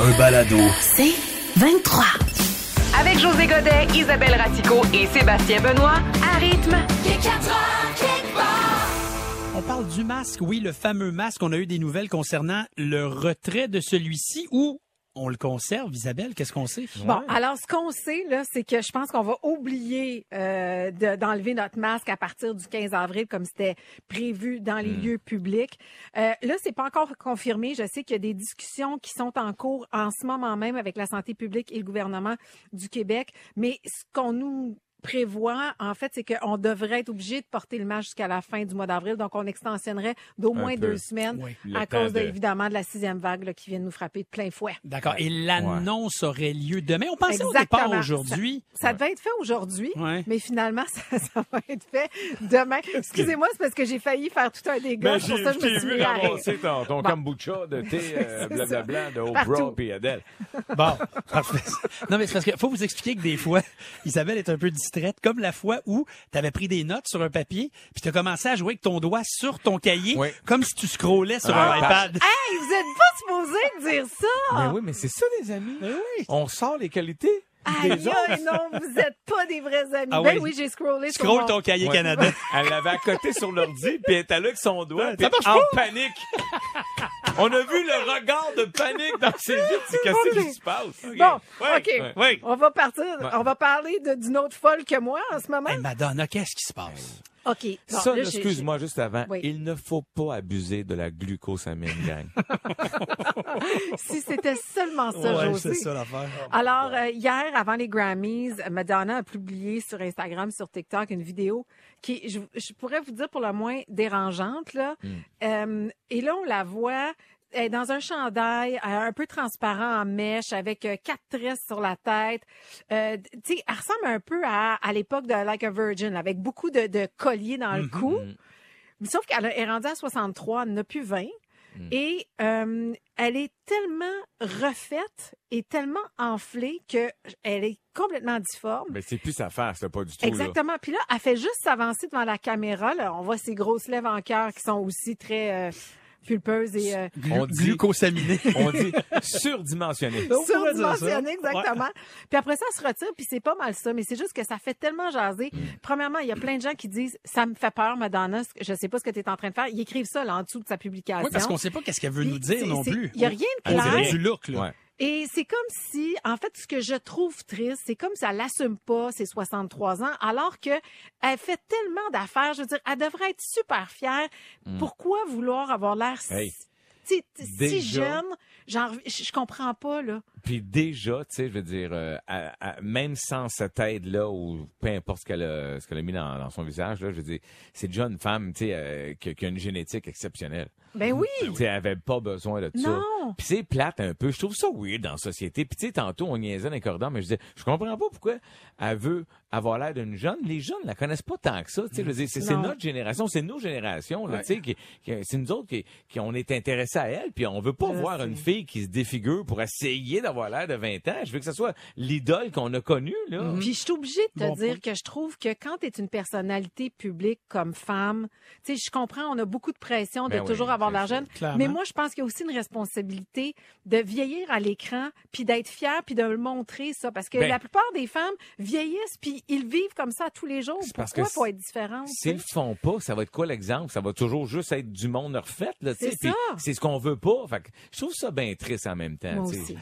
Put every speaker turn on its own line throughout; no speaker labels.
Un balado.
C'est 23.
Avec José Godet, Isabelle Ratico et Sébastien Benoît, à rythme.
On parle du masque, oui, le fameux masque. On a eu des nouvelles concernant le retrait de celui-ci ou on le conserve, Isabelle, qu'est-ce qu'on sait?
Bon, alors ce qu'on sait, là, c'est que je pense qu'on va oublier euh, de- d'enlever notre masque à partir du 15 avril, comme c'était prévu dans les
Hmm.
lieux publics. Euh, là, c'est pas encore confirmé. Je sais qu'il y a des discussions qui sont en cours en ce moment même avec la santé publique et le gouvernement du Québec. Mais ce qu'on nous prévoit, en fait, c'est qu'on devrait être obligé de porter le masque jusqu'à la fin du mois d'avril. Donc, on extensionnerait d'au
Un
moins
peu.
deux semaines
Oui.
Le
à
temps
cause, de-
de-
évidemment, de la sixième vague là, qui vient de nous frapper de plein fouet.
D'accord. Et l'annonce aurait lieu demain. On pensait au
Exactement.
départ aujourd'hui.
Ça devait être fait aujourd'hui,
Ouais.
mais finalement, ça, ça va être fait demain. Excusez-moi, c'est parce que j'ai failli faire tout un dégât.
Ben,
C'est
j'ai
pour ça que je me
j'ai
suis
vu
mis à rire.
ramasser ton, ton
Bon.
kombucha de thé euh,
C'est ça.
blablabla de
Partout.
Oprah et Adèle.
Bon, parfait. Non, mais c'est parce qu'il faut vous expliquer que des fois, Isabelle est un peu distraite, comme la fois où tu avais pris des notes sur un papier, puis tu as commencé à jouer avec ton doigt sur ton cahier,
Oui.
comme si tu scrollais sur
Ah,
un
bah.
iPad.
Hey, vous n'êtes pas supposé dire ça!
Mais oui, mais c'est ça, les amis.
oui.
On sort les qualités.
Aïe, aïe, non, vous n'êtes pas des vrais amis.
Ah
ben
oui.
oui, j'ai scrollé sur
Scroll
mon-
ton cahier
Ouais.
Canada.
Elle l'avait à côté sur l'ordi, puis elle était là avec son doigt, puis
marche
en panique. On a vu le regard de panique dans ses yeux. C'est qu'est-ce qui se passe?
Bon,
Ouais.
OK.
Ouais.
On va partir, on va parler de- d'une autre folle que moi en ce moment.
Hey, Madonna, qu'est-ce qui se passe?
OK. bon,
Ça,
là, j'ai-
excuse-moi juste avant,
Oui.
il ne faut pas abuser de la glucosamine, gang.
Si c'était seulement ça, José.
l'affaire.
Alors, euh, hier, avant les Grammys, Madonna a publié sur Instagram, sur TikTok, une vidéo qui, je, je pourrais vous dire pour le moins, dérangeante. Là. Euh, et là, on la voit elle est dans un chandail euh, un peu transparent en mèche, avec euh, quatre tresses sur la tête. Euh, tu sais, elle ressemble un peu à, à l'époque de Like a Virgin, avec beaucoup de, de colliers dans le cou.
Mm.
Mais Sauf qu'elle est rendue à 63, elle n'a plus 20. Et euh, elle est tellement refaite et tellement enflée que elle est complètement difforme.
Mais c'est plus sa face, là, pas du tout. là.
Exactement. Puis là, elle fait juste s'avancer devant la caméra. Là. On voit ses grosses lèvres en cœur qui sont aussi très euh, pulpeuses et euh,
On dit-
Glucosaminé.
On dit surdimensionné.
surdimensionnées, exactement. Puis après ça, elle se retire, puis c'est pas mal ça. Mais c'est juste que ça fait tellement jaser. Premièrement, il y a plein de gens qui disent « Ça me fait peur, Madonna. ce que- Je sais pas ce que tu es en train de faire. » Ils écrivent ça là, en dessous de sa publication.
Oui, parce qu'on sait pas qu'est-ce qu'elle veut nous
C'est-
dire non
c'est-
plus.
Il n'y a rien de
On
clair.
dirait du look, là.
Ouais.
Et c'est comme si, en fait, ce que je trouve triste, c'est comme si elle l'assume pas ses 63 ans, alors que elle fait tellement d'affaires. Je veux dire, elle devrait être super fière.
Hmm.
Pourquoi vouloir avoir l'air si,
Hey.
tu sais, si
Déjà.
jeune? Genre, je, je comprends pas, là.
Puis déjà, tu sais, je veux dire, euh, à- à- même sans cette aide-là, ou peu importe ce qu'elle a, ce qu'elle a mis dans, dans son visage, là, je veux dire, c'est déjà une femme, tu sais, euh, qui, qui a une génétique exceptionnelle.
Hmm.
Ben oui!
Tu sais, elle avait pas besoin de ça.
Non.
Puis c'est plate un peu. Je trouve ça weird dans la société. Puis tu sais, tantôt, on niaisait dans les cordons, mais je disais, je comprends pas pourquoi elle veut avoir l'air d'une jeune. Les jeunes la connaissent pas tant que ça. Tu sais, je veux dire, c'est c'est
Non.
notre génération, c'est nos générations, là, tu sais, qui, qui- c'est nous autres qui, qui on est intéressés à elle. Puis on veut pas
Je
voir
sais.
une fille qui se défigure pour essayer d'avoir l'air de 20 ans. Je veux que ce soit l'idole qu'on a connue, là.
Puis je suis obligée de te
Hmm. Bon
dire que je trouve que quand tu es une personnalité publique comme femme, tu sais, je comprends, on a beaucoup de pression de
Ben oui,
toujours avoir de
c'est
l'argent.
sûr. Clairement.
Mais moi, je pense qu'il y a aussi une responsabilité de vieillir à l'écran, puis d'être fière, puis de le montrer, ça. Parce que
Ben.
la plupart des femmes vieillissent, puis ils vivent comme ça tous les jours.
C'est parce
Pourquoi
que
faut être différente?
S'ils le font pas, ça va être quoi l'exemple? Ça va toujours juste être du monde refait, là, tu sais.
C'est
puis
ça.
C'est ce qu'on veut pas. Fait que je trouve ça bien triste en même temps,
Moi
tu sais.
aussi.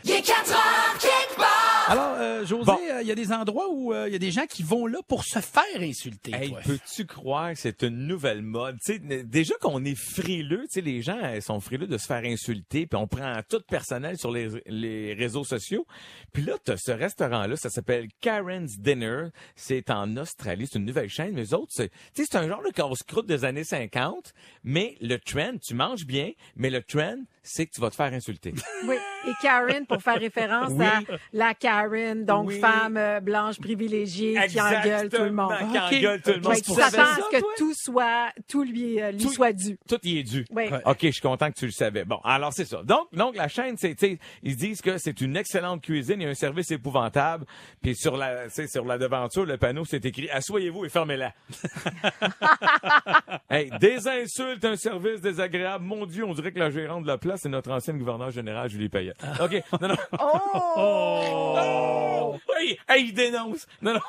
Alors, euh, José,
Bon.
euh, il y a des endroits où euh, il y a des gens qui vont là pour se faire insulter.
Hey,
toi.
peux-tu croire que c'est une nouvelle mode? Tu sais, n- déjà qu'on est frileux, tu sais, les gens euh, sont frileux de se faire insulter, puis on prend tout personnel sur les, les réseaux sociaux. Puis là, t'as ce restaurant-là, ça s'appelle Karen's Dinner. C'est en Australie, c'est une nouvelle chaîne. Mais eux autres, c'est tu sais, c'est un genre de casse-croûte des années 50, mais le trend, tu manges bien, mais le trend, c'est que tu vas te faire insulter.
Oui, et Karen pour faire référence
Oui.
à la Karen, donc
Oui.
femme euh, blanche privilégiée qui engueule tout le monde.
Exactement, Qui
Ah, ok.
engueule tout le monde.
Ouais,
Tu
qui
savais
s'attend à
ça,
ce que
toi?
tout soit, tout lui, euh, lui
Tout-
soit dû.
Tout y est dû.
Oui.
OK, je suis content que tu le savais. Bon, alors c'est ça. Donc, donc la chaîne, c'est, tu sais, ils disent que c'est une excellente cuisine et un service épouvantable. Puis sur la, tu sais, sur la devanture, le panneau, c'est écrit Assoyez-vous et fermez-la. hey, des insultes, un service désagréable. Mon Dieu, on dirait que la gérante de la place, c'est notre ancienne gouverneure générale, Julie Payette. OK, non, non.
Oh!
Oh! Hey, hey, il dénonce! Non, non.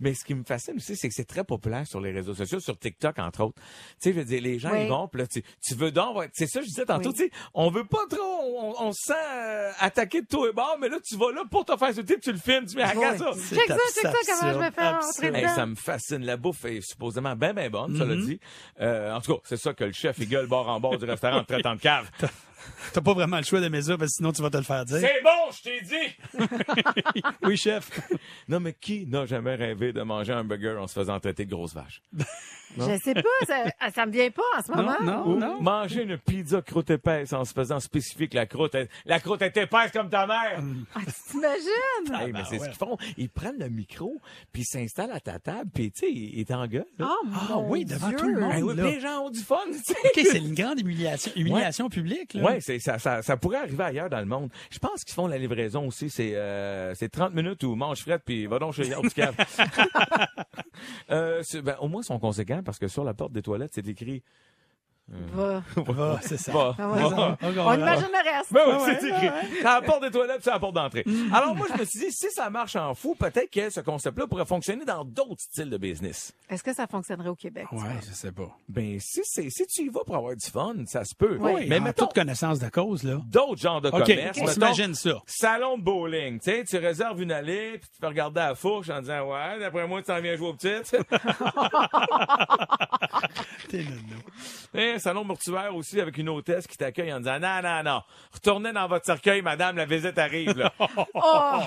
Mais ce qui me fascine aussi, c'est que c'est très populaire sur les réseaux sociaux, sur TikTok, entre autres. Tu sais, je veux dire, les gens,
Oui.
ils vont, puis là, tu, tu veux donc... voir- C'est ça que je disais tantôt,
Oui.
tu sais, on veut pas trop... On, on se sent euh, attaqué de tout et bord, mais là, tu vas là pour te faire insulter, puis tu le filmes, tu mets à ça!
C'est
Check ça,
abs-
check ça, comment je vais faire
absurde.
entrer
Hey, ça
dedans.
me fascine. La bouffe est supposément bien, bien bonne, ça l'a
Mm-hmm.
dit. Euh, en tout cas, c'est ça que le chef, il gueule bord en bord du restaurant en te traitant de cave.
T'as pas vraiment le choix de mesure parce que sinon tu vas te le faire dire.
C'est bon, je t'ai dit!
Oui, chef.
Non, mais qui n'a jamais rêvé de manger un burger en se faisant traiter de grosse vache?
Je sais pas, ça, ça me vient pas en ce moment.
non, non.
Manger une pizza croûte épaisse en se faisant spécifique la croûte. est- La croûte est épaisse comme ta mère!
Mm.
Ah, tu t'imagines?
Hey, mais
Ah,
c'est ce qu'ils font. Ils prennent le micro, puis ils s'installent à ta table, puis tu sais, ils ils t'engueulent. là.
Oh,
Ah
mon
oui, devant
Dieu.
tout le monde.
Hey, oui,
là.
puis les gens ont du fun, tu sais.
OK, c'est une grande humiliation, humiliation publique. Là.
Ouais, c'est ça, ça, ça pourrait arriver ailleurs dans le monde. Je pense qu'ils font la livraison aussi. C'est euh, c'est 30 minutes ou mange frette puis va donc chez Yard du Cave. Euh, c'est- ben, au moins, ils sont conséquents parce que sur la porte des toilettes, c'est écrit.
Va.
Ah, c'est ça.
Va,
Ah,
va.
ouais.
Ah, ah,
Oh, On
ah,
imagine le reste.
Ben oui, c'est écrit. C'est à la porte des toilettes, c'est à la porte d'entrée.
Mm.
Alors moi, je me suis dit, si ça marche en fou, peut-être que ce concept-là pourrait fonctionner dans d'autres styles de business.
Est-ce que ça fonctionnerait au Québec? tu
Ah, Ouais,
penses?
je sais pas.
Ben si c'est si tu y vas pour avoir du fun, ça se peut.
Oui.
Mais
en
mettons
toute connaissance de cause, là.
d'autres genres de
OK,
commerce.
on
mettons,
s'imagine ça.
Salon de bowling, tu sais, tu réserves une allée, puis tu peux regarder à la fourche en disant ouais, d'après moi tu t'en viens jouer aux petites.
T'es nono.
Eh, salon mortuaire aussi avec une hôtesse qui t'accueille en disant non non non, retournez dans votre cercueil madame, la visite arrive là.
Oh!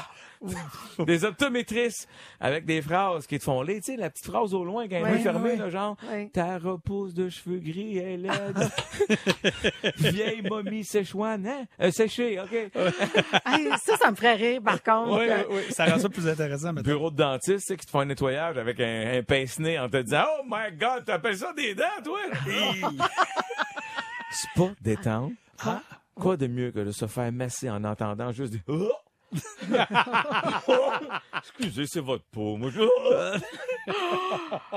des optométrices avec des phrases qui te font lire. Tu sais, la petite phrase au loin quand elle
Ouais,
est fermée,
ouais.
là, genre
Ouais.
Ta repousse de cheveux gris, elle est laide. Vieille momie séchouane, hein? Euh, séchée, OK.
Hey, ça, ça me ferait rire, par contre.
Ouais, ouais, ouais.
Ça rend ça plus intéressant maintenant.
Bureau de dentiste, tu sais, qui te font un nettoyage avec un, un pince-nez en te disant Oh my God, t'appelles ça des dents, toi? C'est pas détente. Quoi de mieux que de se faire masser en entendant juste des Oh! Excusez, c'est votre peau. Moi, je- Oh!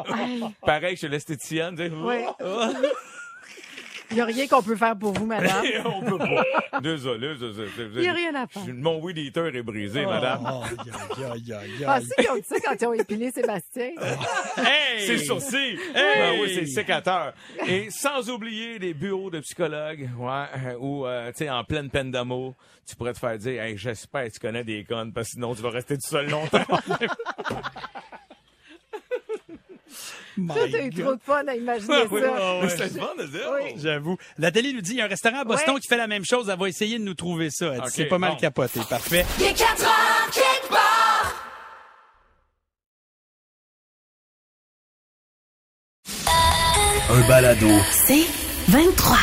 Hey,
Pareil chez l'esthéticienne, Oh! dire,
ouais. Il n'y a rien qu'on peut faire pour vous, madame.
on peut pas. Désolé, c'est- c'est- c'est-
Il n'y a rien à faire.
je- Mon weed eater est brisé, madame.
Oh, aïe, aïe, aïe, aïe.
Pensez qu'ils ont dit ça quand Ah, ils ont épilé Sébastien.
C'est sourcil. Ben oui, c'est le sécateur. Et sans oublier les bureaux de psychologues, ouais, euh, où, euh, tu sais, en pleine peine d'amour, tu pourrais te faire dire, hey, j'espère que tu connais des connes, parce que sinon tu vas rester tout seul longtemps.
My
Toi, t'as eu
God.
trop de fun à imaginer
Oui,
ça.
oui, oui. C'est le fun de dire.
Oui.
J'avoue. Nathalie nous dit, il y a un restaurant à Boston
Ouais.
qui fait la même chose. Elle va essayer de nous trouver ça. Elle dit,
Ok,
C'est pas mal
bon.
capoté. Parfait.
Il est 4 heures quelque part. Un balado.
C'est 23.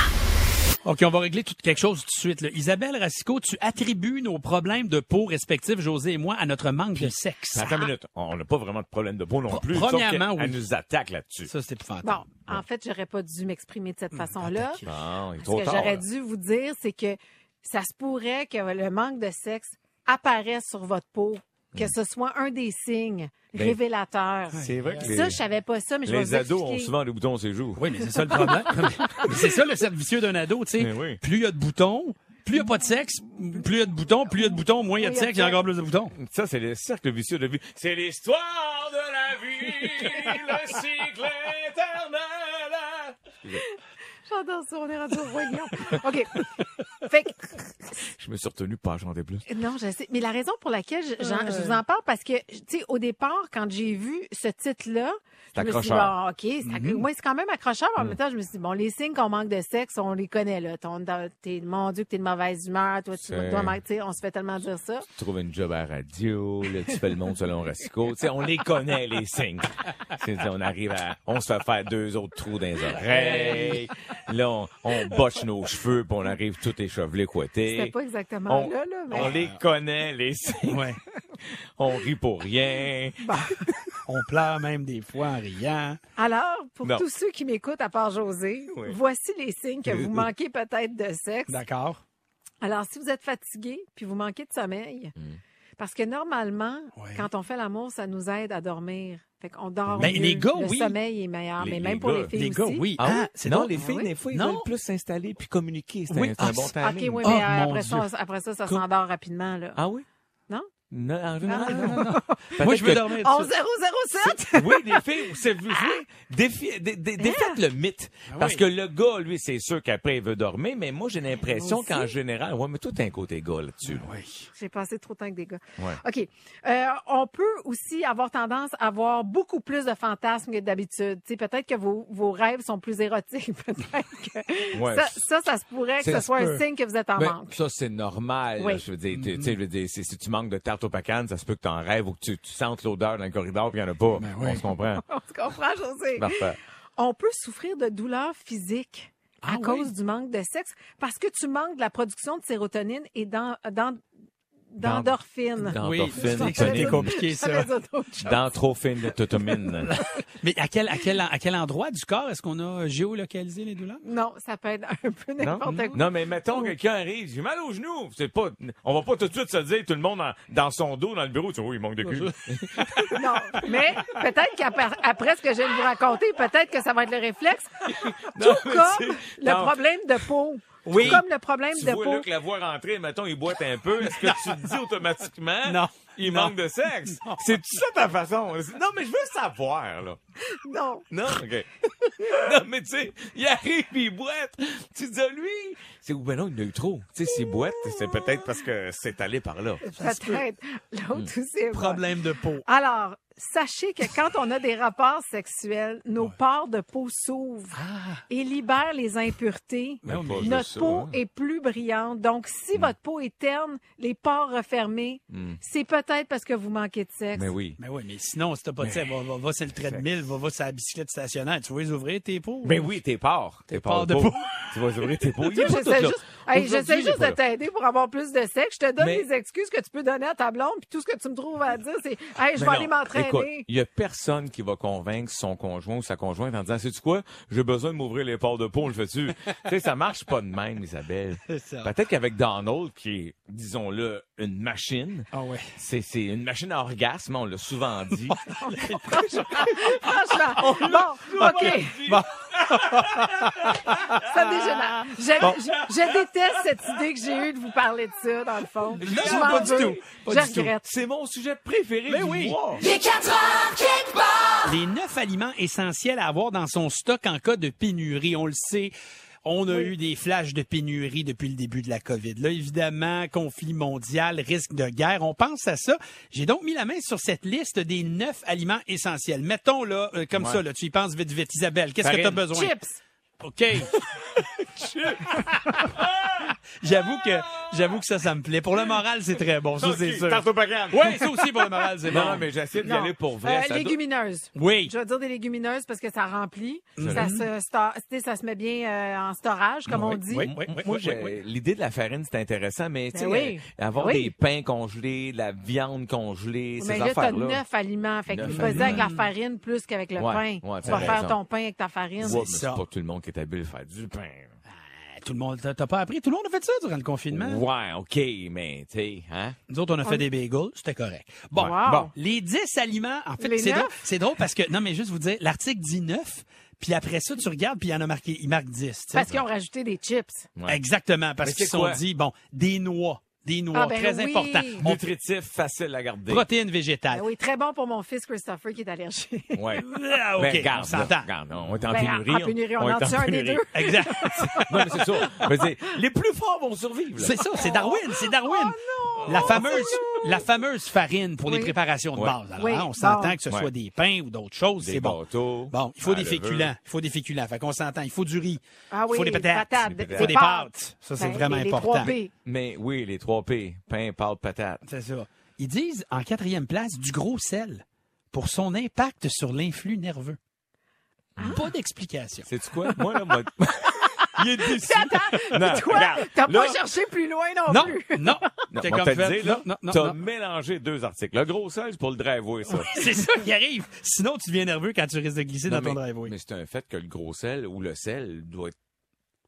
OK, on va régler tout quelque chose tout de suite. là. Isabelle Racicot, tu attribues nos problèmes de peau respectifs, José et moi, à notre manque de sexe.
Attends une minute. On n'a pas vraiment de problème de peau non
Pro-
plus.
premièrement,
sauf qu'elle-
oui.
Elle nous attaque là-dessus.
Ça, c'est épouvantable.
Bon, en fait, j'aurais pas dû m'exprimer de cette façon-là.
Bon, Ah, il est
Ce
trop
que
tard.
j'aurais
là.
dû vous dire, c'est que ça se pourrait que le manque de sexe apparaisse sur votre peau, que ce soit un des signes
Ben,
révélateurs.
C'est vrai que les,
Ça, je savais pas ça, mais je vais
les
vous
ados ont
expliquer.
souvent des boutons sur les joues.
Oui, mais c'est ça le problème. Mais c'est ça le cercle vicieux d'un ado, tu sais.
Mais oui.
Plus il y a de boutons, plus il n'y a pas de sexe, plus il y a de boutons, plus il y a de boutons, moins il y a de sexe, il y a encore plus de boutons.
Ça, c'est le cercle vicieux de vie. C'est l'histoire de la vie, le cycle éternel.
J'adore ça, on est rendu au roi lion. OK. Fait que,
Je me suis retenu pour pas en chanter plus.
non, je sais. Mais la raison pour laquelle je, j'en- je vous en parle, parce que, tu sais, au départ, quand j'ai vu ce titre-là, je
C'est
me suis dit,
accrocheur. Mm-hmm. Mm.
bon, OK, c'est accro- ouais, c'est quand même accrocheur. mais En même temps, je me suis dit, bon, les signes qu'on manque de sexe, on les connaît, là. Ton, t'es, mon Dieu, que t'es de mauvaise humeur, toi, tu
C'est-
dois manquer, tu sais, on se fait tellement dire ça.
Tu trouves une job à la radio, là, tu fais le monde selon Rasco. Tu sais, on les connaît, les signes. C'est-à-dire, on arrive à, on se fait faire deux autres trous dans les oreilles. Là, on, on botche nos cheveux, puis on arrive tout échevelé,
C'était
couetté.
pas exactement
On,
là, là, mais.
on les connaît, les signes.
Ouais.
On rit pour rien.
On pleure même des fois en riant.
Alors, pour
Non.
tous ceux qui m'écoutent, à part José,
Oui.
voici les signes que vous manquez peut-être de sexe.
D'accord.
Alors, si vous êtes fatigué puis vous manquez de sommeil,
Hmm.
parce que normalement,
Ouais.
quand on fait l'amour, ça nous aide à dormir. Fait qu'on dort
Ben,
mieux.
les gars,
le
oui.
sommeil est meilleur,
Les-
mais
les
même pour
gars,
les filles
les
aussi.
gars, oui.
Ah oui?
Ah, c'est
non,
drôle.
les filles,
Ah oui?
des fois, ils
Non.
veulent plus s'installer puis communiquer. C'est
Oui.
un, c'est un
Ah,
bon
c'est-
timing.
OK, oui, mais
Oh,
euh,
mon
après, ça,
Dieu.
on- après ça, ça
Comme-
s'endort rapidement. Là.
Ah oui?
Non?
Non, en général,
Ah,
non. Peut-être
Moi, je veux
que-
dormir. tout
11
de suite.
007!
oui, les filles, c'est vous. oui. Défi- dé- dé- défaites le mythe. Parce
Ah oui.
que le gars, lui, c'est sûr qu'après, il veut dormir, mais Ah, moi, j'ai l'impression qu'en général, ouais, mais tout un côté gars là-dessus.
J'ai passé trop de temps avec des gars.
Ouais.
OK. Euh, on peut aussi avoir tendance à avoir beaucoup plus de fantasmes que d'habitude. Tu sais, peut-être que vos, vos rêves sont plus érotiques. Peut-être que
Ouais.
ça, ça, ça se pourrait que
Ça
ce
se
soit
peut.
un signe que vous êtes en
Ben,
manque.
ça, c'est normal. là,
Oui.
je veux dire, tu- tu sais, je veux dire, si, si tu manques de tarte au pacane, ça se peut que tu en rêves ou que tu, tu sentes l'odeur dans le corridor puis il n'y en a pas. On se comprend.
On se comprend,
Ben,
José.
Parfait.
On peut souffrir de douleurs physiques
Ah
à
oui?
cause du manque de sexe parce que tu manques de la production de sérotonine et d'en- d'en- d'endorphine.
Oui,
D'endorphine,
c'est-
tonique.
c'est compliqué, ça.
J'allais dire d'autres choses.
D'entrophine, de totomine.
Mais à quel, à, quel, à quel endroit du corps est-ce qu'on a géolocalisé les douleurs?
Non, ça peut être un peu
Non?
n'importe quoi.
non, mais
Oh.
mettons que quelqu'un arrive, j'ai mal aux genoux. C'est pas, on va pas tout de suite se dire, tout le monde en- dans son dos, dans le bureau, tu vois, il manque de cul.
Non, mais peut-être qu'après ce que je viens de vous raconter, peut-être que ça va être le réflexe.
Non,
tout
mais
comme
c'est-
le
non.
problème de peau.
Oui.
Tout comme le problème
Tu
de
vois
peau.
là que la voix rentrée, mettons, il boite un peu. Est-ce que tu te dis automatiquement,
Non.
il
Non.
manque de sexe? C'est tout ça ta façon. Non, mais je veux savoir, là.
Non.
Non, OK. non, mais tu sais, il arrive, il boite. Tu te dis, ah, lui, c'est ou ben non, il en a eu trop. Tu sais, s'il boite, c'est peut-être parce que c'est allé par là.
Peut-être.
Hmm.
L'autre aussi. est bon.
Problème de peau.
Alors, sachez que quand on a des rapports sexuels, nos pores de peau s'ouvrent et libèrent les
Ah!
impuretés.
Mais Hmm. pas juste
Notre
ça,
peau
hein.
est plus brillante. Donc, si votre peau est terne, les pores refermés, c'est peut-être parce que vous manquez de sexe.
Hmm. Mais Ben oui.
Mais oui, mais sinon, si t'as pas de sexe, va, va, va sur le treadmill, va, va sur la bicyclette stationnaire. Tu vas les ouvrir, tes peaux.
Ben oui, t'es part. T'es
part de peau.
tu vas ouvrir tes peaux. Il est pas tout
J'essaie
là.
juste, Hey,
Aujourd'hui,
j'essaie
il est
juste
pas
de
là.
t'aider pour avoir plus de sexe. Je te donne
Mais-
les excuses que tu peux donner à ta blonde, puis tout ce que tu me trouves à dire, c'est hey, je vais
Mais
aller
non, écoute,
m'entraîner.
Il y a personne qui va convaincre son conjoint ou sa conjointe en disant, sais-tu quoi? J'ai besoin de m'ouvrir les portes de peau, on le fais-tu? tu sais, ça marche pas de même, Isabelle.
ça.
Peut-être qu'avec Donald, qui est, disons-le, une machine,
Ah ouais.
c'est, c'est une machine à orgasme, on l'a souvent dit.
Franchement, bon, OK.
Bon.
Ça dégénère. Je, je- je déteste cette idée que j'ai eue de vous parler de ça, dans le fond.
Non,
je m'en
pas du
veux.
tout. Pas
je
du tout.
regrette.
C'est mon sujet préféré
Mais
du
oui.
mois.
Les 4 heures kickbox.
Les neuf aliments essentiels à avoir dans son stock en cas de pénurie, on le sait. On a eu des flashs de pénurie depuis le début de la COVID. Là, évidemment, conflit mondial, risque de guerre, on pense à ça. J'ai donc mis la main sur cette liste des neuf aliments essentiels. Mettons là, euh, comme ça, là, tu y penses vite, vite. Isabelle, qu'est-ce que
Farine.
tu as besoin?
Chips.
OK. j'avoue que j'avoue que ça, ça me plaît. Pour le moral, c'est très bon, ça, c'est sûr.
Tarte au bacon.
Oui, ça aussi, pour le moral, c'est bon.
Non, mais j'essaie d'y aller pour vrai.
Euh,
ça doit-
légumineuses.
Oui.
Je vais dire des légumineuses parce que ça remplit. Ça, se sta- tu sais, ça se met bien euh, en storage, comme on dit.
Oui, oui,
Moi,
oui, oui,
j'ai-
oui.
l'idée de la farine, c'est intéressant, mais tu sais,
Ben oui.
euh, avoir
Oui.
des pains congelés, de la viande congelée,
Mais
ces
là, t'as
affaires-là.
neuf aliments. Fait que
Neuf
vas-y avec la farine plus qu'avec le
Ouais, ouais,
pain. tu
t'as
vas faire
raison.
ton pain avec ta farine.
Ouais, mais
ça.
c'est pas tout le monde qui est habile à faire du pain.
Tout le monde, t'as t'as pas appris? Tout le monde a fait ça durant le confinement?
Ouais, OK, mais tu sais, hein?
Nous autres, on a fait des bagels, c'était correct. Bon,
Wow.
bon, les 10 aliments, en fait,
Les
c'est
neuf?
drôle, c'est drôle parce que, non, mais juste vous dire, l'article dit 9, puis après ça, tu regardes, puis il y en a marqué, il marque 10. tu sais.
Parce qu'ils ont rajouté des chips.
Ouais.
Exactement, parce
Mais
qu'ils
c'est
se sont
quoi?
dit, bon, des noix. des noix,
Ah, ben
très
oui.
important. On-
Nutritif, facile à garder.
protéines végétales.
Ben oui, très bon pour mon fils Christopher qui est allergique.
Ouais.
Ah, OK,
Ben, garde,
on s'entend.
là, garde, on est en
Ben,
pénurie.
en pénurie, on en
est
tue un des
pénurie.
deux.
Exact.
non, mais c'est ça. Je veux dire, les plus forts vont survivre. là.
C'est ça, c'est Darwin, c'est Darwin.
Oh,
la fameuse, la fameuse farine pour les
Oui.
préparations de
Ouais.
base. Alors,
Oui,
hein, on s'entend
bon.
que ce
Ouais.
soit des pains ou d'autres choses,
Des
c'est bon.
gâteaux,
Bon, il faut
à
des
la
féculents,
levure.
il faut des féculents. Fait qu'on s'entend, il faut du riz,
Ah
il faut
oui,
des patates,
patates,
il
des
faut des
pâtes.
pâtes. Ça, c'est
Ben,
vraiment
les- les
important.
3P.
Mais oui, les trois P. Pain, pâte, patate.
C'est ça. Ils disent, en quatrième place, du gros sel pour son impact sur l'influx nerveux.
Ah.
Pas d'explication.
Sais-tu quoi? Moi, là, moi... Il est déçu.
Attends,
Non,
toi,
regarde,
t'as
là-
pas cherché plus loin non,
Non,
plus.
non.
Non,
T'es
on va
comme
te le
fait,
dire, là,
non, non,
t'as
non.
mélangé deux articles. Le gros sel, c'est pour le driveway, ça.
C'est ça qui arrive. Sinon, tu deviens nerveux quand tu risques de glisser
Non,
dans ton
mais,
driveway.
mais c'est un fait que le gros sel ou le sel doit être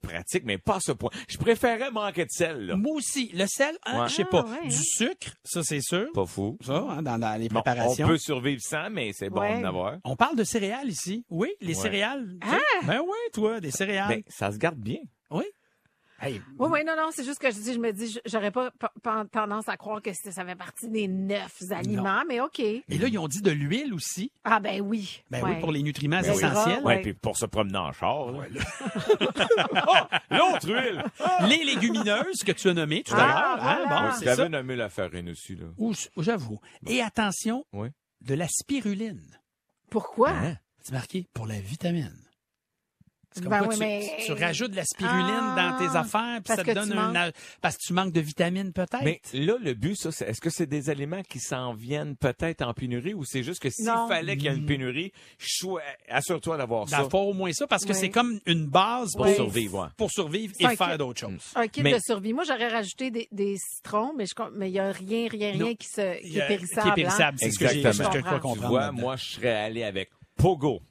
pratique, mais pas à ce point. Je préférais manquer de sel, là.
Moi aussi, le sel, hein,
Ouais.
je sais pas.
Ah, ouais,
du
hein.
sucre, ça c'est sûr.
Pas fou.
Ça, hein, dans, dans les
Bon,
préparations.
on peut survivre sans, mais c'est bon
Ouais.
d'en avoir.
On parle de céréales ici. Oui, les
Ouais.
céréales. tu sais.
Ah!
Ben oui, toi, des céréales.
Ben, ça se garde bien.
Oui. Ben, Hey,
Oui, oui, non, non, c'est juste que je dis, je me dis, je- j'aurais pas p- p- tendance à croire que c'était- ça fait partie des neuf aliments, mais OK.
Et là, ils ont dit de l'huile aussi.
Ah ben oui.
Ben
Ouais.
oui, pour les nutriments
Ben oui.
essentiels.
Ouais,
Ouais.
puis pour se promener en char. là. oh, l'autre huile!
Les légumineuses que tu as nommées tout à
Ah,
l'heure. hein,
voilà.
bon,
Tu
c'est ça.
avais nommé la farine aussi, là.
Ou- J'avoue. Et attention,
Oui.
de la spiruline.
Pourquoi?
C'est marqué pour la vitamine. Hein, C'est comme
Ben
quoi
oui,
tu,
mais-
tu rajoutes de la spiruline
Ah,
dans tes affaires, puis
parce
ça te
que
donne
tu
un...
manques.
a- Parce que tu manques de vitamines, peut-être.
Mais là, le but, ça, c'est, est-ce que c'est des aliments qui s'en viennent peut-être en pénurie ou c'est juste que s'il
Non.
fallait qu'il y ait une pénurie, choi- assure-toi d'avoir ça.
D'avoir au moins ça, parce que
Oui.
c'est comme une base
Pour
pour,
survivre, ouais. Mm.
pour survivre
C'est
et
un
faire
kit.
d'autres choses.
Un kit
Mais-
de survie. Moi, j'aurais rajouté des, des citrons, mais je com- mais il n'y a rien, rien,
Non.
rien qui, se,
Il
qui
y a-
est périssable.
Euh, Qui est
hein.
périssable, c'est ce que j'ai
Exactement.
ce que je
Je
crois
comprends.
Tu
comprendre.
vois,
là-dedans.
moi, je serais allé avec Pogo.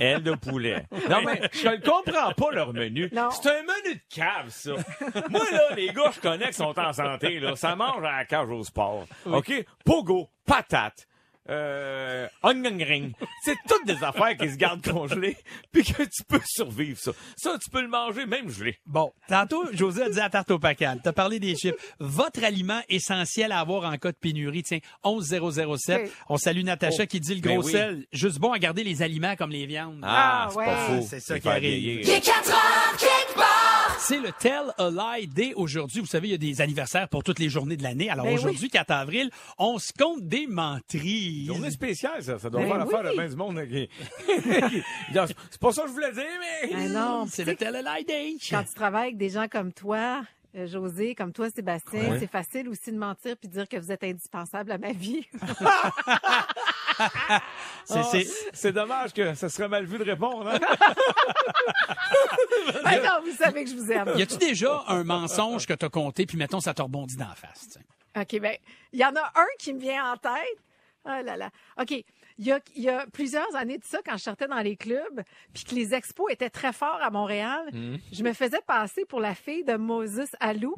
Aile de poulet. Non, mais je ne comprends pas leur menu.
Non.
C'est un menu de cave, ça. Moi, là, les gars, je connais qui sont en santé, là. Ça mange à la cage au sport. OK? Pogo, patate. Euh, onion ring. C'est toutes des affaires qui se gardent congelées, puis que tu peux survivre ça. Ça, tu peux le manger même gelé.
Bon, tantôt, José a dit à tarte au pacal. T'as parlé des chips. Votre aliment essentiel à avoir en cas de pénurie, tiens, 11007.
Oui.
On salue Natacha
Oh,
qui dit le
ben
gros
oui.
sel, juste bon à garder les aliments comme les viandes.
Ah, ouais.
C'est ça
Les
qui
faire
arrive.
vieillir.
les 4 heures kickball,
C'est le Tell a Lie Day aujourd'hui. Vous savez, il y a des anniversaires pour toutes les journées de l'année. Alors
Ben oui.
aujourd'hui, 4 avril, on se compte des menteries.
Journée spéciale, ça. Ça doit
Ben
faire l'affaire
oui.
de bien du monde. qui- qui- Non, c'est- C'est pas ça que je voulais dire, mais...
Ah non,
C'est
c'est
le Tell a Lie Day.
Quand tu travailles avec des gens comme toi, euh, José, comme toi, Sébastien, c'est facile aussi de mentir puis de dire que vous êtes indispensable à ma vie.
C'est- c'est-
C'est dommage que ça serait mal vu de répondre. hein?
Ah non, vous savez que je vous aime.
Y a-tu déjà un mensonge que t'as compté, puis mettons, ça te rebondit dans la face? tu sais?
OK, ben, il y en a un qui me vient en tête. Oh là là. OK. Il y, a, il y a plusieurs années de ça, quand je sortais dans les clubs, puis que les expos étaient très forts à Montréal,
Hmm.
je me faisais passer pour la fille de Moses Alou,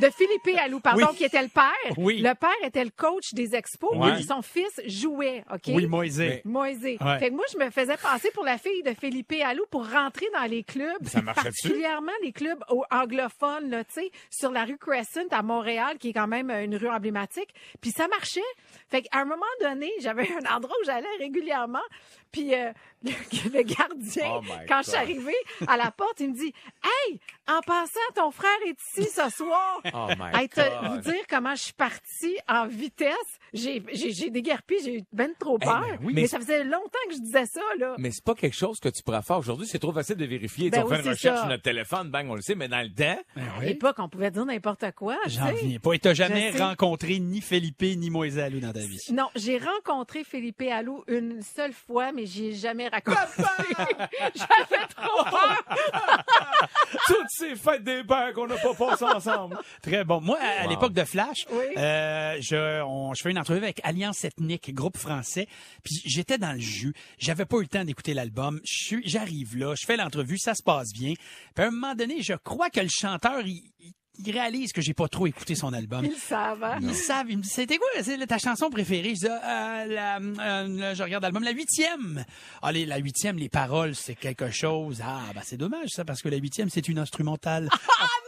de Philippe Alou, pardon, qui était le père.
Oui.
Le père était le coach des expos,
Oui.
puis son fils jouait, OK?
Moïse.
Moisé.
Ouais.
Fait que moi, je me faisais passer pour la fille de Philippe Allou pour rentrer dans les clubs.
Ça marchait-tu?
Particulièrement les clubs au- anglophones, là, tu sais, sur la rue Crescent à Montréal, qui est quand même euh, une rue emblématique. Puis ça marchait. Fait qu'à un moment donné, j'avais un endroit où j'allais régulièrement. Puis euh, le, le gardien,
Oh my
quand je suis
God.
arrivée à la porte, il me dit Hey, en passant, ton frère est ici ce soir.
Oh my
Hey, te-
God.
vous dire comment je suis partie en vitesse. J'ai, j'ai, j'ai déguerpi, j'ai eu ben trop peur.
ben oui.
mais,
Mais-
ça faisait longtemps que je disais ça, là.
Mais c'est pas quelque chose que tu pourras faire aujourd'hui. C'est trop facile de vérifier.
Ben
on
oui,
fait une
c'est
recherche
ça.
sur notre téléphone, bang, on le sait, mais dans le temps,
À l'époque, on pouvait dire n'importe quoi. tu
ben J'en
sais.
viens pas. Et t'as jamais
Je sais.
rencontré ni Felipe ni Moïse Alou dans ta vie.
Non, j'ai rencontré Philippe Allou une seule fois, mais j'y ai jamais raconté. J'avais
Oh!
trop peur.
toutes ces fêtes des pères qu'on n'a pas passées ensemble.
Très bon. Moi, à, à
Wow.
l'époque de Flash,
Oui.
euh, je, on- je fais une entrevue avec Alliance Ethnique, groupe français. Puis j'étais dans le jus. J'avais pas eu le temps d'écouter l'album. Je suis- J'arrive là, je fais l'entrevue, ça se passe bien. Puis à un moment donné, je crois que le chanteur, il, il- ils réalisent que j'ai pas trop écouté son album.
Ils le savent, hein?
Ils savent. Ils me disent, c'était quoi c'est ta chanson préférée? Je dis, Ah, euh, la, euh, là, je regarde l'album, la huitième. Ah, les- la huitième, les paroles, c'est quelque chose. Ah, ben, c'est dommage, ça, parce que la huitième, c'est une instrumentale.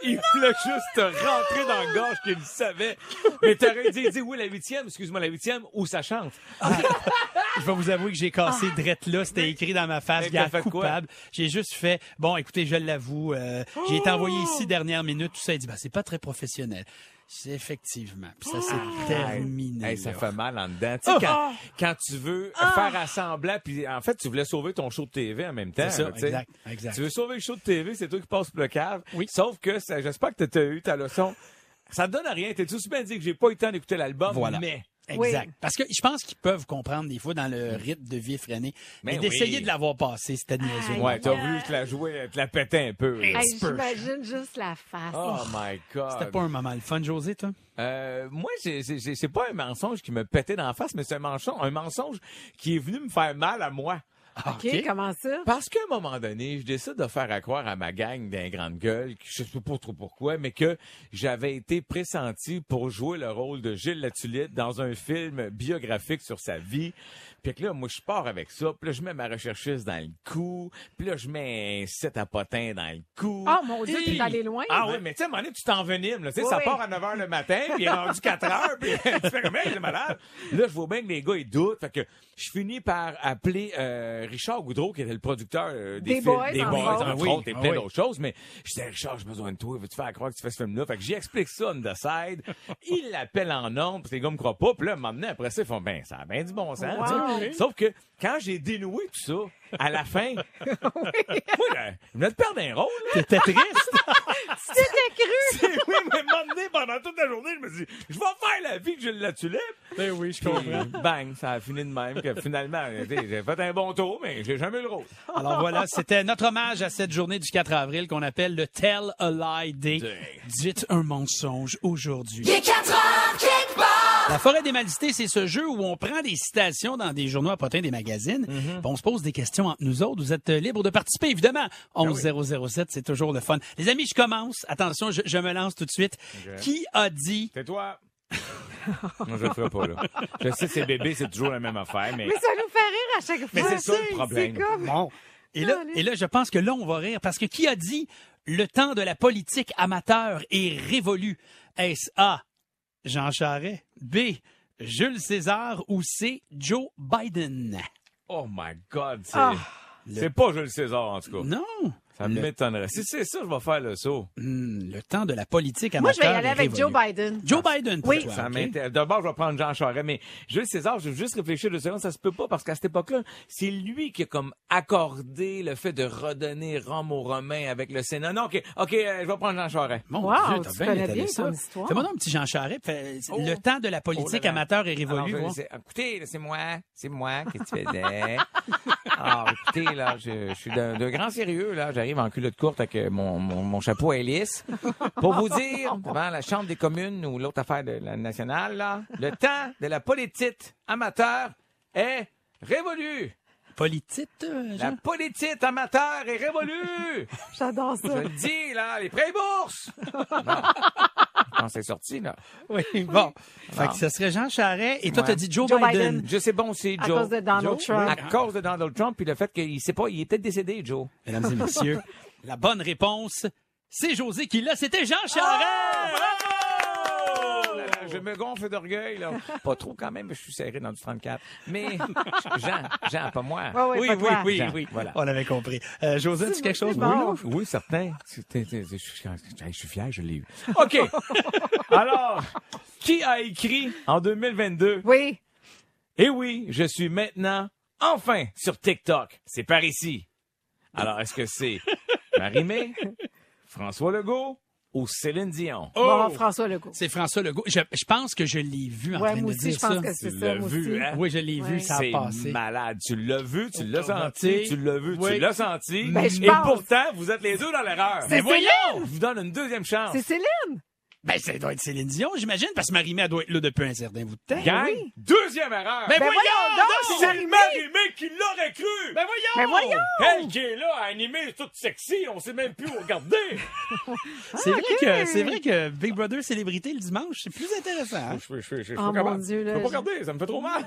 Il voulait juste te rentrer dans le gorge qu'il savait. Mais t'aurais dit, dit oui, la huitième, excuse-moi, la huitième, ou ça chante.
je vais vous avouer que j'ai cassé
Ah.
drette là. C'était écrit dans ma face,
Mais
gars
t'as fait quoi?
coupable. J'ai juste fait, bon, écoutez, je l'avoue, euh, j'ai été envoyé
Oh!
ici dernière minute, tout ça. Il dit, ben, c'est pas très professionnel. C'est effectivement. Puis ça s'est
Oh!
terminé.
Hey, ça
là. Ah!
fait mal en dedans. Tu sais, quand, quand tu veux faire assemblant, puis en fait, tu voulais sauver ton show de TV en même temps.
C'est ça,
là, tu sais.
exact, exact.
Tu veux sauver le show de TV, c'est toi qui passes pour le cave.
Oui.
Sauf que ça- j'espère que tu as eu ta leçon. Ça te donne à rien. T'es-tu aussi bien dit que j'ai pas eu le temps d'écouter l'album,
Voilà.
mais...
Exact.
Oui.
Parce que je pense qu'ils peuvent comprendre des fois dans le rythme de vie freiné. Mais,
Ben
d'essayer
oui.
de l'avoir passé, c'était niaiseux.
Aïe.
Ouais, t'as vu, je la jouais, je la pétais un peu. là.
Hey,
c'est peu.
J'imagine juste la face.
Oh my God.
C'était pas un moment le fun, José, toi?
Euh, moi, j'ai- j'ai- j'ai- c'est pas un mensonge qui me pétait dans la face, mais c'est un mensonge, un mensonge qui est venu me faire mal à moi.
OK, comment ça?
Parce qu'à un moment donné, je décide de faire à croire à ma gang d'un grande gueule, que je sais pas trop pourquoi, mais que j'avais été pressenti pour jouer le rôle de Gilles Latulippe dans un film biographique sur sa vie. Puis que là, moi, je pars avec ça. Puis là, je mets ma recherchiste dans le cou. Puis là, je mets un set à potin dans le cou.
Oh mon Dieu,
Puis-
t'es allé loin.
Ah oui, mais tu sais, à un moment donné, tu t'envenimes. là. Tu sais,
Oui,
ça
oui.
part à 9 h le matin, puis il est rendu 4 h, puis tu fais comme, hey, c'est malade. Là, je vois bien que les gars, ils doutent. Fait que je finis par appeler euh, Richard Goudreau, qui était le producteur euh, des,
Des
films,
Boys,
des
entre
Boys,
autres.
entre
Ah Oui,
autres, et plein
oui.
d'autres choses. Mais je disais, Richard, j'ai besoin de toi. Veux-tu faire croire que tu fais ce film-là? Fait que j'y explique ça on the side. Il l'appelle en nombre, puis les gars me croient pas. Puis là, à un moment donné, après ça, ils font, ben, ça a bien du bon sens. tu sais. Sauf que quand j'ai dénoué tout ça, à la fin, moi, là, je venais de perdre un rôle. là.
T'étais triste?
C'était cru!
C'est- oui, mais m'emmener pendant toute la journée, je me suis dit, je vais faire la vie que je la tulipe.
ben oui, je
Puis, bang, ça a fini de même que finalement, tu sais, j'ai fait un bon tour, mais j'ai jamais eu le rôle.
Alors voilà, c'était notre hommage à cette journée du 4 avril qu'on appelle le Tell a Lie Day. Dites un mensonge aujourd'hui.
Il est 4 heures, kickbox.
La forêt des malicités, c'est ce jeu où on prend des citations dans des journaux à potins des magazines. puis On se pose des questions entre nous autres. Vous êtes euh, libres de participer, évidemment. 11007, c'est toujours le fun. Les amis, je commence. Attention, je, je me lance tout de suite. Qui a dit...
C'est toi. Non, je le ferai pas, là. Je sais, c'est bébé, c'est toujours la même affaire, mais.
Mais ça nous fait rire à chaque fois.
Mais c'est ça, le problème.
C'est comme-
Bon. Et là, et là, je pense que là, on va rire parce que qui a dit le temps de la politique amateur est révolu? Est-ce A, Jean Charest? B, Jules César ou C, Joe Biden?
Oh my God, c'est.
Ah.
C'est pas Jules César, en tout cas.
Non.
Ça m'étonnerait. Si c'est ça, je vais faire le saut.
Hmm, le temps de la politique
Moi,
amateur.
je vais y aller
est
avec Joe
révolu.
Biden.
Joe Biden, pour
Oui.
toi,
Ça
ok?
m'intéresse. D'abord, je vais prendre Jean Charest, mais Jules César, je vais juste réfléchir deux secondes, ça se peut pas, parce qu'à cette époque-là, c'est lui qui a comme accordé le fait de redonner Rome aux Romains avec le Sénat. Non, OK, OK, euh, je vais prendre Jean Charest.
Mon
Wow,
Dieu, t'as
tu
bien
connais
étalé
bien
ça.
ton histoire.
Fais-moi donc un petit Jean Charest. Fais-
Oh.
Le temps de la politique
Oh là là.
amateur est
Alors,
révolu.
je vais
voir.
laisser- écoutez, là, c'est moi, c'est moi, qu'est-ce que tu faisais? Ah, écoutez, là, je, je suis d'un d'un grand sérieux, là. J'arrive en culotte courte avec euh, mon, mon, mon chapeau à hélice. Pour vous dire, devant la Chambre des communes ou l'autre affaire de la nationale, là, le temps de la politique amateur est révolu.
Politique, euh,
La
Jean?
politique amateur est révolue!
J'adore
Je
ça.
le dis, là, les prêts bourses! Quand c'est sorti, là.
Oui, bon. Fait
Bon.
que ce serait Jean Charest et toi,
Ouais.
t'as dit Joe,
Joe
Biden.
Biden.
Je sais bon, c'est
À
Joe.
cause de Donald
Joe,
Trump.
À cause de Donald Trump, puis le fait qu'il sait pas, il est peut-être décédé, Joe.
Mesdames et messieurs, la bonne réponse, c'est José qui l'a, c'était Jean
Ah,
Charest!
bravo! Là, là, Je me gonfle d'orgueil, là. Pas trop quand même, mais je suis serré dans du 34. Mais Jean, Jean, pas moi.
Ouais, ouais,
oui,
pas
oui,
toi.
oui,
Jean,
oui.
voilà.
On avait compris. Euh, José, tu quelque chose?
c'est bon.
Oui,
Oui, certain. C'était- c'était- Je suis je suis fier, je l'ai eu. OK. Alors, qui a écrit en 2022
Oui.
Eh oui, je suis maintenant enfin sur TikTok. C'est par ici. Alors, est-ce que c'est Marie-Mé, François Legault ou Céline Dion?
Bon, François Legault.
Oh! C'est François Legault. Je, je pense que je l'ai vu en
Ouais,
train
moi
de
aussi,
dire
je pense
ça.
que c'est
Tu
ça.
l'as
Moi
vu,
aussi.
hein?
Oui, je l'ai
Ouais.
vu, ça a
C'est
passé.
malade. Tu l'as vu, tu l'as
Conforté.
senti, tu l'as vu,
Oui.
tu l'as senti.
Ben, je
Et
pense.
pourtant, vous êtes les deux dans l'erreur.
C'est
Mais voyons!
Céline!
Je vous donne une deuxième chance.
C'est Céline.
Ben, ça doit être Céline Dion, j'imagine, parce que Marimé, elle doit être là depuis un certain bout de temps.
Gang,
oui.
deuxième erreur.
Ben,
Ben
voyons,
voyons
donc!
donc!
c'est Marimé qui l'aurait cru.
Ben voyons!
Mais voyons!
Elle qui est là, animée, toute sexy, on sait même plus où regarder.
C'est vrai,
Ben, ok.
que, c'est vrai que Big Brother Célébrité le dimanche, c'est plus intéressant. hein?
Je peux, je peux, je peux
Oh,
pas
mon
capable.
Dieu, là,
Je peux pas
je-
regarder, ça me fait trop mal.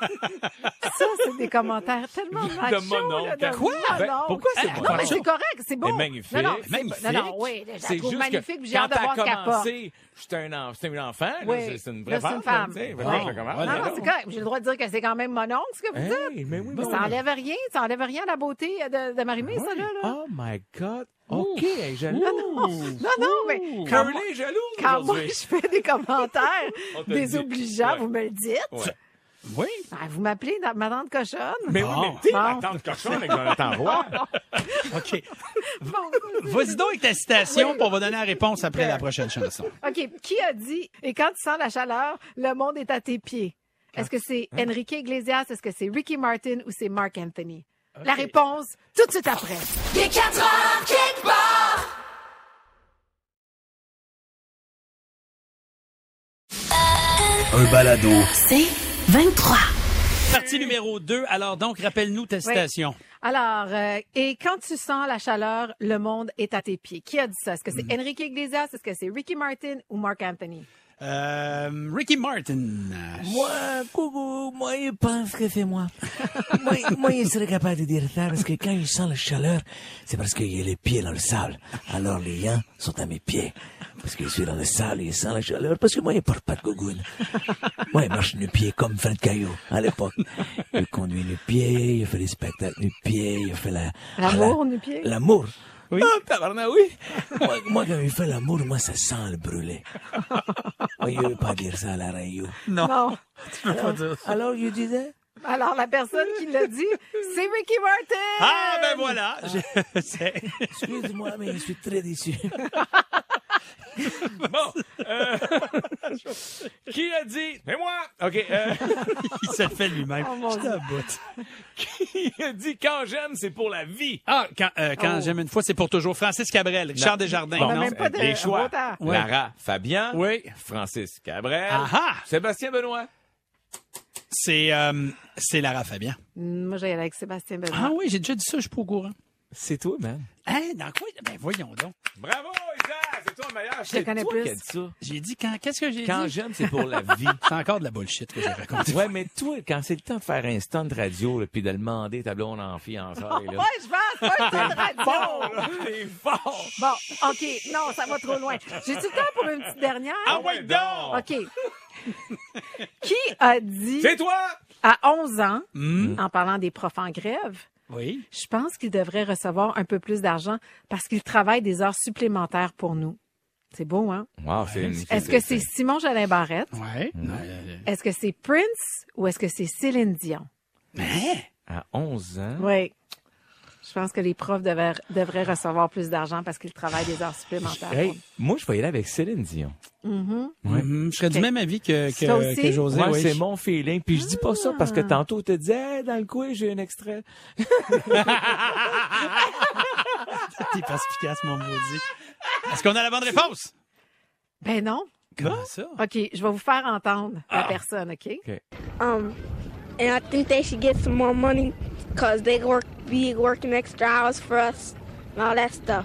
Ça, c'est des commentaires tellement machos. là,
mononcle.
de
Quoi? Ben,
mononcle.
pourquoi c'est
Ah,
pas
Non, mais
macho?
c'est correct, c'est beau.
Elle est magnifique.
Non, non, c'est-
Magnifique.
Non, non, oui, je la
C'est
trouve
juste
magnifique,
que
puis j'ai hâte de
quand
voir ce
elle
qu'elle
a
porte.
commencé, j'étais un, en- j'étais un enfant, là,
Oui.
c'est- c'est une
Là,
vraie
c'est
femme,
une femme.
là, tu sais,
Bon.
vraiment, je commence.
Non, non, c'est correct. J'ai le droit de dire que c'est quand même mon oncle, ce que vous dites.
Hey, mais oui, mais
Mais ça
oui.
enlève rien, ça enlève rien à la beauté de, de Marimé, ça, là. là.
Oh my God. OK, elle est jalouse.
Ah,
Ah,
Non, non, mais quand, moi,
Curly est jalouse
quand moi,
aujourd'hui.
je fais des commentaires
On te le dit.
désobligeants,
Ouais.
vous me le dites.
Ouais.
Oui.
Ah, vous m'appelez dans- ma tante cochonne.
Mais oui, mais t'es
Bon.
ma tante cochon avec Jonathan Roy.
OK.
Bon,
Vas-y donc avec ta citation, puis on va donner la réponse après la prochaine chanson.
OK, qui a dit « Et quand tu sens la chaleur, le monde est à tes pieds ». Est-ce que c'est
hein?
Enrique Iglesias, est-ce que c'est Ricky Martin ou c'est Mark Anthony? La réponse, tout de suite après.
Des 4 heures kickball.
Un balado.
C'est 23.
Partie numéro 2. Alors donc, rappelle-nous ta citation.
Alors, euh, et quand tu sens la chaleur, le monde est à tes pieds. Qui a dit ça? Est-ce que c'est
Mm-hmm.
Enrique Iglesias, est-ce que c'est Ricky Martin ou Mark Anthony?
Euh, Ricky Martin.
Moi, coucou, moi, je pense que c'est moi. moi. Moi, je serais capable de dire ça parce que quand je sens la chaleur, c'est parce que j'ai les pieds dans le sable. Alors, les liens sont à mes pieds. Parce que je suis dans le sable et je sens la chaleur. Parce que moi, je porte pas de gougoune. Moi, je marche nu pied comme Fred Caillou à l'époque. Je conduis nu pied, je fais des spectacles nu pied, je fais la...
L'amour
la-
nu-pied?
L'amour. Oui. Ah, tabarnak, oui. moi, moi, quand je fais l'amour, moi, ça sent le brûlé. Moi, je veux pas dire ça à la radio.
Non.
Alors, je disais,
Alors, la personne qui l'a dit, c'est Ricky Martin!
Ah, ben voilà. Je sais.
excuse-moi, mais je suis très déçu.
Qui a dit? Mais moi! OK. euh,
Il se le fait lui-même.
Oh, mon
Je
Dieu.
t'aboute.
qui a dit quand j'aime, c'est pour la vie?
Ah, quand, euh, quand j'aime une fois, c'est pour toujours. Francis Cabrel, Richard Desjardins.
On a
non?
même pas de
Euh, Les choix.
retard.
Ouais.
Lara Fabian.
Oui.
Francis Cabrel.
Aha!
Sébastien Benoît.
C'est, euh, c'est Lara Fabian.
Moi, j'allais avec Sébastien Benoît.
Ah oui, j'ai déjà dit ça, je suis pas au courant.
C'est toi, man.
Hein, dans quoi? Ben voyons donc.
Bravo, Isa! C'est toi le meilleur. Je
te connais
toi
plus.
Qui a dit ça.
J'ai dit quand, qu'est-ce que j'ai
Quand
dit?
j'aime, c'est pour la vie.
C'est encore de la bullshit que j'ai raconté.
Ouais, mais toi, quand c'est le temps de faire un stand radio, là, puis de le demander ta blonde en fiançailles, là.
Ouais, je pense pas que c'est de radio.
T'es fort!
Bon, OK. Non, ça va trop loin. J'ai tout le temps pour une petite dernière.
Ah ouais, donc!
OK. Qui a dit
C'est Hmm? toi!
à 11 ans, en parlant des profs en grève,
Oui.
je pense qu'ils devraient recevoir un peu plus d'argent parce qu'ils travaillent des heures supplémentaires pour nous. C'est beau, hein?
Wow, c'est une-
Est-ce que c'est Simon Jolin Barrette?
Mm. Ouais.
Est-ce que c'est Prince ou est-ce que c'est Céline Dion?
À 11 ans.
Oui. Je pense que les profs devraient, devraient recevoir plus d'argent parce qu'ils travaillent des heures supplémentaires.
Hey, moi, je vais y aller avec Céline Dion.
Mhm, Je serais du
Ok.
même avis que,
Ça
que,
aussi?
que José.
Moi,
oui.
c'est mon feeling. Puis je dis pas ça parce que
Ah.
tantôt, tu te dis, Hey, dans le coin, j'ai un extrait.
T'es pas efficace, mon maudit. Est-ce qu'on a la bonne réponse?
Ben non.
Comment ça?
OK, je vais vous faire entendre
Ah.
la personne, OK?
Um, and I think they should get some more money because they work be working extra hours for us and all that stuff.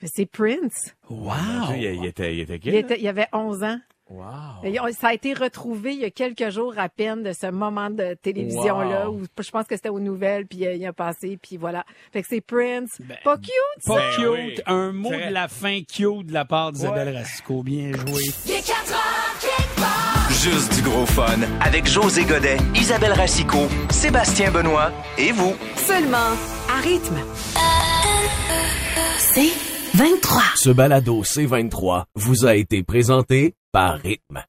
Mais C'est Prince.
Wow!
Il, il était, il était
Oh, Il, était- il avait 11 ans.
Wow.
Et on- Ça a été retrouvé il y a quelques jours à peine de ce moment de télévision-là
Wow.
où je pense que c'était aux nouvelles, puis euh, il a passé, puis voilà. Fait que c'est Prince. pas cute, ça!
Pas
Ben
cute.
oui.
Un mot
Très.
de la fin cute de la part d'Isabelle Rasco. Bien joué.
Des 4 heures kickball.
Juste du gros fun. Avec José Godet, Isabelle Racicot, Sébastien Benoît et vous.
Seulement à rythme.
C'est 23.
Ce balado C23 vous a été présenté par Rythme.